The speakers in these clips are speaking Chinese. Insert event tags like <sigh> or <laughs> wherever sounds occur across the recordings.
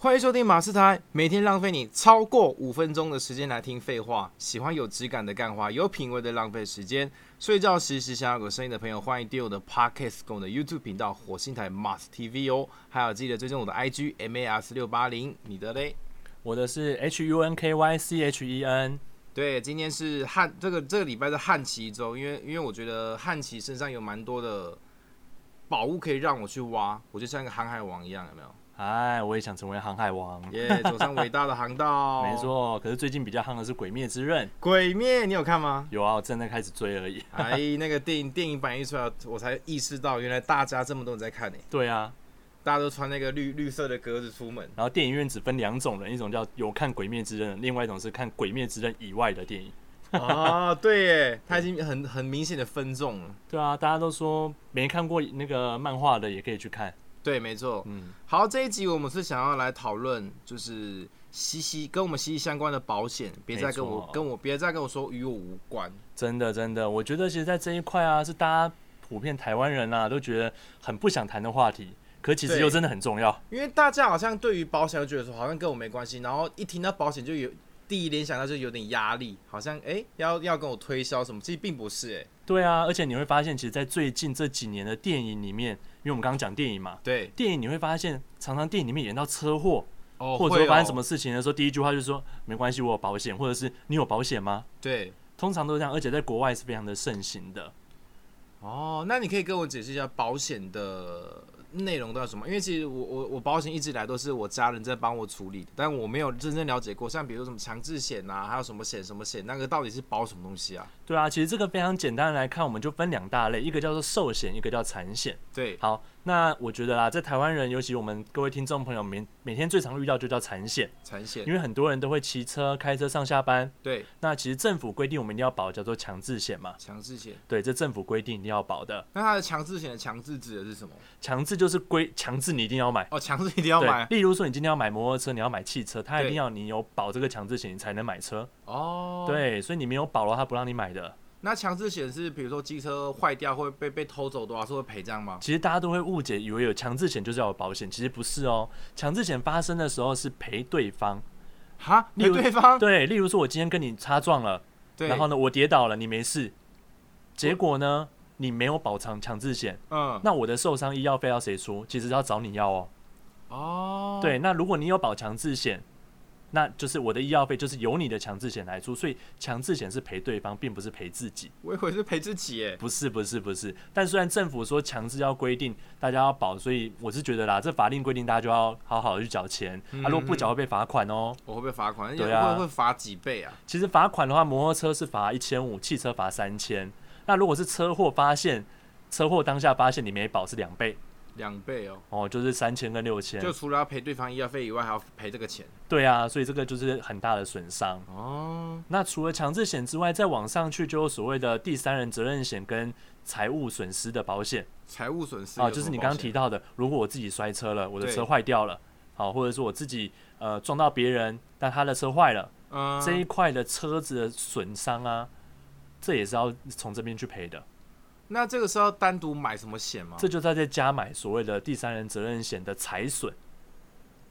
欢迎收听马斯台，每天浪费你超过五分钟的时间来听废话。喜欢有质感的干话，有品味的浪费时间。睡觉时时想要有声音的朋友，欢迎订阅我的 Podcast 跟我的 YouTube 频道火星台 Mars TV 哦。还有记得追踪我的 IG MAS 六八零，你的嘞？我的是 H U N K Y C H E N，对，今天是汉这个这个礼拜是汉奇周，因为因为我觉得汉奇身上有蛮多的宝物可以让我去挖，我就像一个航海王一样，有没有？哎，我也想成为航海王。耶、走上伟大的航道。 <laughs> 没，错，可是最近比较夯的是《鬼灭之刃》，鬼灭你有看吗？有啊，我正在开始追而已。 <laughs> 哎，那个电影电影版一出来，我才意识到原来大家这么多人在看呢、欸对啊，大家都穿那个绿绿色的格子出 <laughs> 门。然后电影院只分两种人，一种叫有看《鬼灭之刃》，另外一种是看《鬼灭之刃》以外的电影。啊，对耶，他已经很很明显的分众了。对啊，大家都说没看过那个漫画的也可以去看。对，没错。嗯，好，这一集我们是想要来讨论，就是息息跟我们息息相关的保险，别再跟没我错跟我别再跟我说与我无关。真的真的，我觉得其实在这一块啊，是大家普遍台湾人啊都觉得很不想谈的话题，可其实对又真的很重要。因为大家好像对于保险就觉得说好像跟我没关系，然后一听到保险就有第一联想到就有点压力，好像哎、要要跟我推销什么，其实并不是哎、对啊，而且你会发现，其实，在最近这几年的电影里面，因为我们刚刚讲电影嘛，对，电影你会发现，常常电影里面演到车祸、哦或者会说哦发生什么事情的时候，第一句话就是说没关系，我有保险，或者是你有保险吗？对，通常都是这样，而且在国外是非常的盛行的。哦，那你可以跟我解释一下保险的内容都有什么？因为其实我我我保险一直以来都是我家人在帮我处理的，但我没有真正了解过，像比如说什么强制险啊，还有什么险什么险，那个到底是保什么东西啊？对啊，其实这个非常简单的来看，我们就分两大类，一个叫做寿险，一个叫产险。对，好，那我觉得啊，在台湾人，尤其我们各位听众朋友，每每天最常遇到就叫产险，产险因，为很多人都会骑车、开车上下班。对，那其实政府规定我们一定要保叫做强制险嘛，强制险。对，这政府规定一定要保的。那它的强制险的强制指的是什么？强制就是规强制你一定要买，哦，强制一定要对买。例如说你今天要买摩托车，你要买汽车，它一对定要你有保这个强制险，你才能买车。哦，。对，所以你没有保了，它不让你买的。那强制险是比如说机车坏掉会被被偷走多少是会赔这样吗？其实大家都会误解，以为有强制险就是要有保险，其实不是哦。强制险发生的时候是赔对方，哈，例赔如对方对，例如说我今天跟你擦撞了，啊对，然后呢我跌倒了，你没事，结果呢你没有保偿强制险，嗯，那我的受伤医药费要谁出？其实要找你要哦。哦，对，那如果你有保强制险，那就是我的医药费就是由你的强制险来出，所以强制险是赔对方，并不是赔自己。我以为是赔自己耶。不是，不是，不是。但虽然政府说强制要规定大家要保，所以我是觉得啦，这法令规定大家就要好好的去缴钱、啊，如果不嗯缴会被罚款哦。我会被罚款，对会啊会罚几倍啊？其实罚款的话，摩托车是罚一千五，汽车罚三千。那如果是车祸发现，车祸当下发现你没保是两倍两倍哦，哦，就是三千跟六千就。除了要赔对方医药费以外，还要赔这个钱对啊，所以这个就是很大的损伤。哦。那除了强制险之外，再往上去就有所谓的第三人责任险跟财务损失的保险财务损失啊，有就是什么你刚保刚险提到的，如果我自己摔车了，我的对车坏掉了，好、或者说我自己呃撞到别人，但他的车坏了，嗯这一块的车子的损伤啊，这也是要从这边去赔的，哦那这个是要单独买什么险吗？这就在再加买所谓的第三人责任险的财损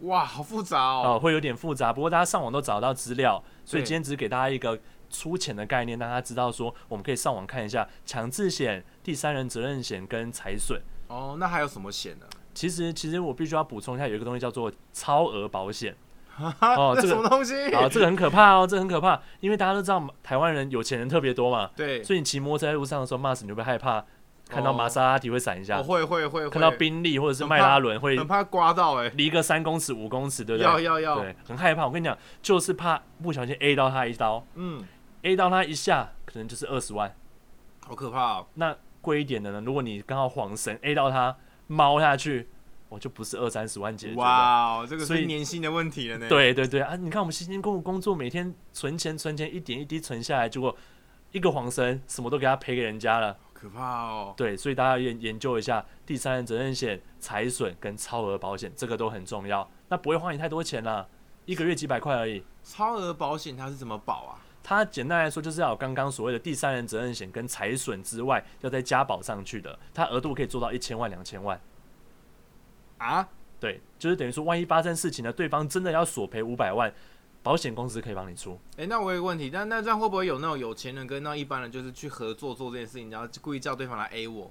哇，好复杂啊、哦。会有点复杂，不过大家上网都找到资料，所以对今天只给大家一个粗浅的概念，让大家知道说，我们可以上网看一下强制险、第三人责任险跟财损。哦，那还有什么险呢？其实，其实我必须要补充一下，有一个东西叫做超额保险。啊哦这这个什么东西？啊，这个很可怕哦，这个很可怕，因为大家都知道台湾人有钱人特别多嘛， <laughs> 对，所以你骑摩托车在路上的时候，骂死你就会害怕，看到哦玛莎拉蒂会闪一下，我会会会会啊看到宾利或者是很迈怕拉伦会很怕刮到哎，离个三公尺、五公尺，对不要对？要要，对，很害怕。我跟你讲，就是怕不小心 A 到他一刀嗯， ，A 到他一下，可能就是二十万。好可怕哦。那贵一点的呢，如果你刚好晃神 A 到他，猫下去，我就不是二三十万解决的。哇哦，这个所是以年薪的问题了呢。，对对对啊！你看我们辛辛苦苦工作，每天存钱存钱，一点一滴存下来，结果一个晃神，什么都给他赔给人家了。可怕哦。对，所以大家研研究一下第三人责任险、财损跟超额保险，这个都很重要。那不会花你太多钱啦，一个月几百块而已。超额保险它是怎么保啊？它简单来说就是要有刚刚所谓的第三人责任险跟财损之外，要再加保上去的，它额度可以做到一千万、两千万。啊，对，就是等于说，万一发生事情了，对方真的要索赔五百万，保险公司可以帮你出。哎、那我有个问题，但那这样会不会有那种有钱人跟那一般人就是去合作做这件事情，然后故意叫对方来 A 我？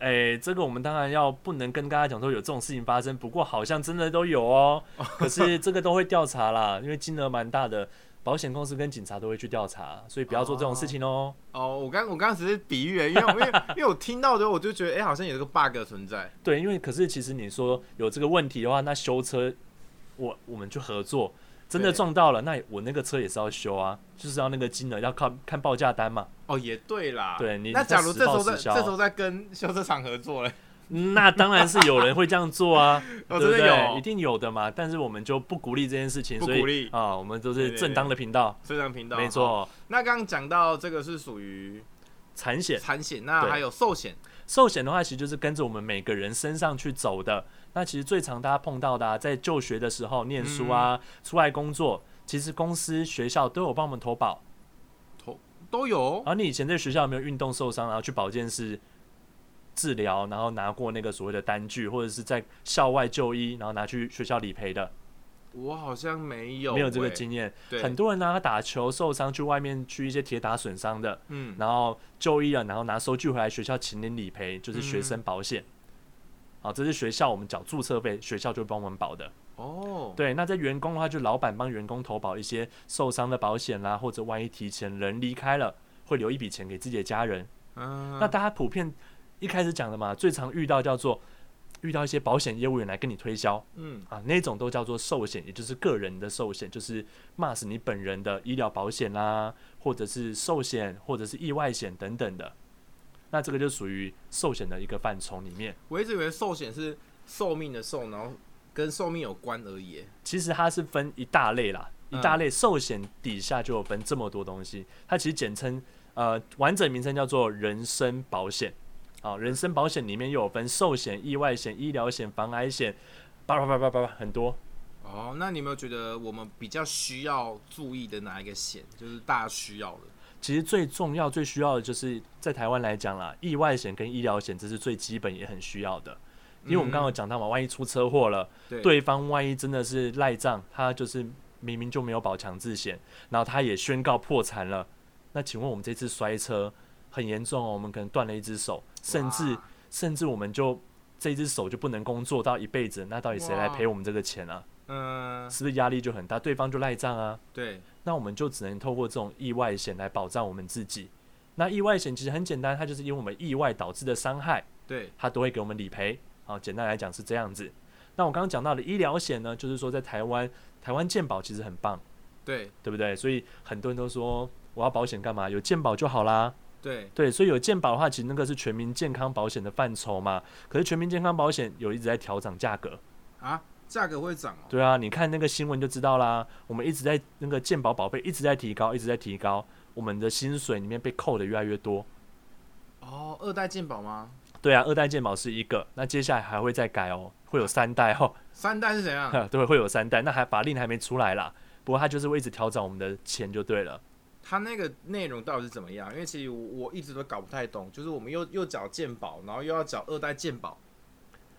哎、这个我们当然要不能跟大家讲说有这种事情发生，不过好像真的都有哦。可是这个都会调查啦，因为金额蛮大的，保险公司跟警察都会去调查，所以不要做这种事情哦。哦，我刚我刚刚只是比喻而已，因为因为因为我听到的我就觉得，哎、好像有这个 bug 存在。对，因为可是其实你说有这个问题的话，那修车，我我们去合作，真的对撞到了，那我那个车也是要修啊，就是要那个金额要看看报价 <laughs> 单嘛。哦，也对啦。对你那假如这时候在实报实销这时候在跟修车厂合 <laughs> 作嘞，那当然是有人会这样做啊，哦，对真不的对？一有，定有的嘛，但是我们就不鼓励这件事情，不所以鼓励啊，我们都对是对正当的频道，这张频道没。哦错。那刚刚讲到这个是属于产险、产险，那对还有寿险，寿险的话，其实就是跟着我们每个人身上去走的。那其实最常大家碰到的、啊，在就学的时候、念书嗯啊、出来工作，其实公司、学校都有帮我们投保。都有啊然后你以前在学校有没有运动受伤，然后去保健室治疗，然后拿过那个所谓的单据，或者是在校外就医，然后拿去学校理赔的，我好像没有、没有这个欸经验。对，很多人呢、他打球受伤，去外面去一些铁打损伤的，嗯，然后就医了，然后拿收据回来学校请您理赔，就是学嗯生保险。好，这是学校我们缴注册费，学校就会帮我们保的。哦，对，那在员工的话，就老板帮员工投保一些受伤的保险啦，或者万一提前人离开了，会留一笔钱给自己的家人。嗯，那大家普遍一开始讲的嘛，最常遇到叫做遇到一些保险业务员来跟你推销嗯啊，那种都叫做寿险，也就是个人的寿险，就是 MAS 你本人的医疗保险啦，或者是寿险，或者是意外险等等的。那这个就属于寿险的一个范畴里面。我一直以为寿险是寿命的寿，然后跟寿命有关而已欸。其实它是分一大类啦，嗯一大类寿险底下就有分这么多东西，它其实简称呃完整名称叫做人身保险。好、人身保险里面又有分寿险、意外险、医疗险、防癌险，叭叭叭叭叭叭很多。哦，那你有没有觉得我们比较需要注意的哪一个险，就是大家需要的？其实最重要、最需要的就是在台湾来讲啦，意外险跟医疗险这是最基本也很需要的，因为我们刚刚有讲到嘛，万一出车祸了，对对方万一真的是赖账，他就是明明就没有保强制险，然后他也宣告破产了，那请问我们这次摔车很严重哦，我们可能断了一只手，甚至哇甚至我们就这只手就不能工作到一辈子，那到底谁来赔我们这个钱啊？嗯、是不是压力就很大？对方就赖账啊，对，那我们就只能透过这种意外险来保障我们自己。那意外险其实很简单，它就是因为我们意外导致的伤害，对，它都会给我们理赔。好，简单来讲是这样子。那我刚刚讲到的医疗险呢，就是说在台湾，台湾健保其实很棒，对，对不对？所以很多人都说我要保险干嘛？有健保就好啦。对，对，所以有健保的话，其实那个是全民健康保险的范畴嘛。可是全民健康保险有一直在调涨价格，啊，价格会涨哦。对啊，你看那个新闻就知道啦。我们一直在那个健保保费一直在提高，一直在提高，我们的薪水里面被扣的越来越多。哦，二代健保吗？对啊，二代健保是一个，那接下来还会再改哦，会有三代哦，三代是怎样？ <laughs> 对，会有三代。那还法令还没出来啦，不过它就是会一直调整我们的钱就对了。它那个内容到底是怎么样？因为其实我我一直都搞不太懂，就是我们又又缴健保，然后又要缴二代健保，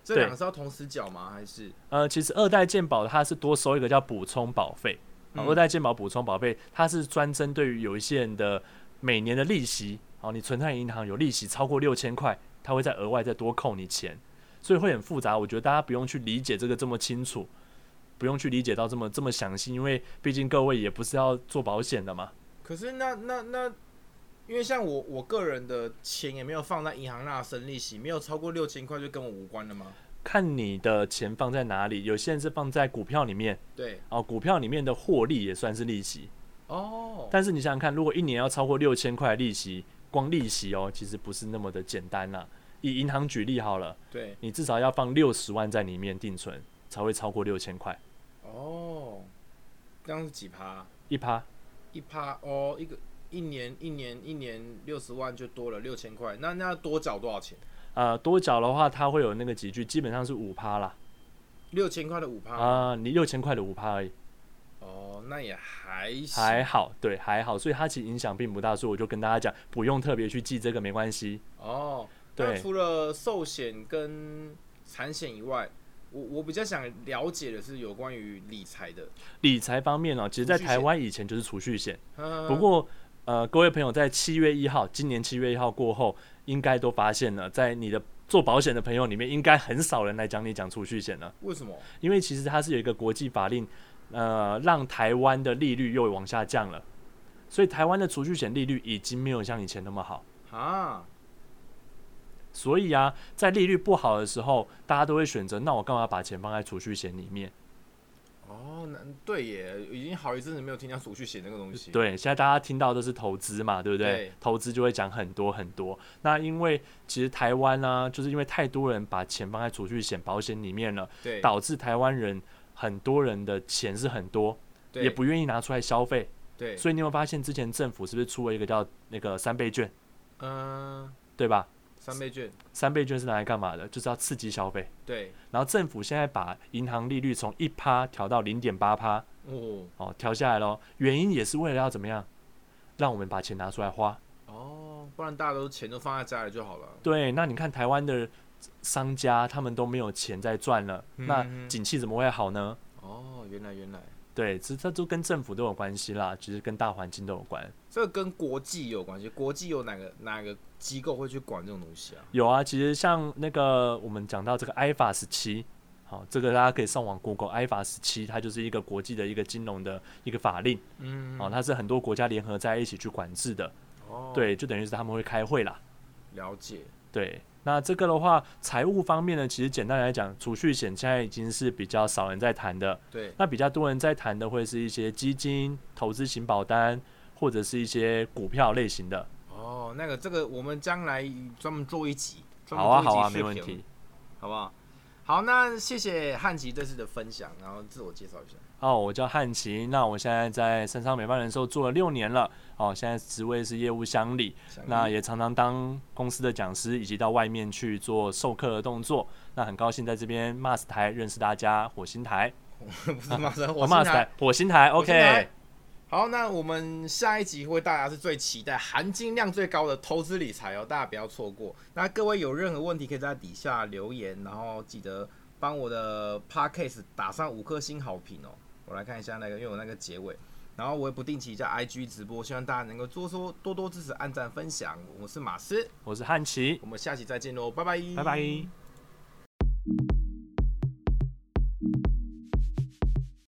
这对两个是要同时缴吗？还是呃，其实二代健保它是多收一个叫补充保费，啊嗯二代健保补充保费它是专针对于有一些人的每年的利息，哦，你存在银行有利息超过六千块，它会再额外再多扣你钱，所以会很复杂。我觉得大家不用去理解这个这么清楚，不用去理解到这么这么详细，因为毕竟各位也不是要做保险的嘛。可是那那那，因为像我我个人的钱也没有放在银行那生利息，没有超过六千块就跟我无关了吗？看你的钱放在哪里，有些人是放在股票里面，对，哦，股票里面的获利也算是利息。哦，但是你想想看，如果一年要超过六千块利息，光利息哦，其实不是那么的简单啦、以银行举例好了，对，你至少要放六十万在里面定存，才会超过六千块，哦，这样是几趴？一趴。一趴哦，一个一年一年一年六十万就多了六千块，那那要多缴多少钱？呃，多缴的话，它会有那个几句，基本上是五趴啦，六千块的五趴、啊、你六千块的五趴而已，哦，那也还行还好，对，还好，所以它其实影响并不大，所以我就跟大家讲，不用特别去记这个，没关系。哦。对那除了寿险跟产险以外，我我比较想了解的是有关于理财的。理财方面呢、哦其实在储蓄险台湾以前就是储蓄险，嗯不过呃，各位朋友在七月一号，今年七月一号过后，应该都发现了，在你的做保险的朋友里面，应该很少人来讲你讲储蓄险了，为什么？因为其实它是有一个国际法令，呃，让台湾的利率又往下降了，所以台湾的储蓄险利率已经没有像以前那么好。啊，所以啊，在利率不好的时候，大家都会选择，那我干嘛把钱放在储蓄险里面？哦，那对耶，已经好一阵子没有听到储蓄险那个东西。，对，现在大家听到都是投资嘛，对不对？对投资就会讲很多很多。那因为其实台湾呢、就是因为太多人把钱放在储蓄险、保险里面了，对，导致台湾人很多人的钱是很多，对也不愿意拿出来消费。对，所以你有没有发现，之前政府是不是出了一个叫那个三倍券，嗯、对吧？三倍券，三倍券是拿来干嘛的？就是要刺激消费。对，然后政府现在把银行利率从一趴调到零点八趴，哦哦，调下来咯，原因也是为了要怎么样，让我们把钱拿出来花。哦，不然大家都钱都放在家里就好了。对，那你看台湾的商家，他们都没有钱在赚了，嗯那哼景气怎么会好呢？哦，原来原来，对，其实这都跟政府都有关系啦，其实跟大环境都有关。这个跟国际有关系。国际有哪个哪个机构会去管这种东西啊？有啊，其实像那个我们讲到这个 IFA 十七，好，这个大家可以上网 Google IFA 十七，它就是一个国际的一个金融的一个法令，嗯，哦，它是很多国家联合在一起去管制的，哦，对，就等于是他们会开会啦。了解。对，那这个的话，财务方面呢，其实简单来讲，储蓄险现在已经是比较少人在谈的。对，那比较多人在谈的会是一些基金、投资型保单，或者是一些股票类型的。哦，那个这个我们将来专门做一集，专好啊，门好做一啊，集没视问频题。好不好？好，那谢谢汉吉这次的分享，然后自我介绍一下。哦，我叫汉奇，那我现在在三商美办人寿做了六年了。哦，现在职位是业务乡里，嗯那也常常当公司的讲师，以及到外面去做授课的动作。那很高兴在这边 MAS 台认识大家，火星台， <laughs> 不是马上，哦我是 MAS 台台，火星台我是台，OK。好，那我们下一集会大家是最期待、含金量最高的投资理财哦，大家不要错过。那各位有任何问题，可以在底下留言，然后记得帮我的 podcast 打上五颗星好评哦。我来看一下那个，因为我那个结尾，然后我也不定期在 IG 直播，希望大家能够多多多多支持、按赞、分享。我是马斯，我是汉奇，我们下期再见喽，拜拜，拜拜。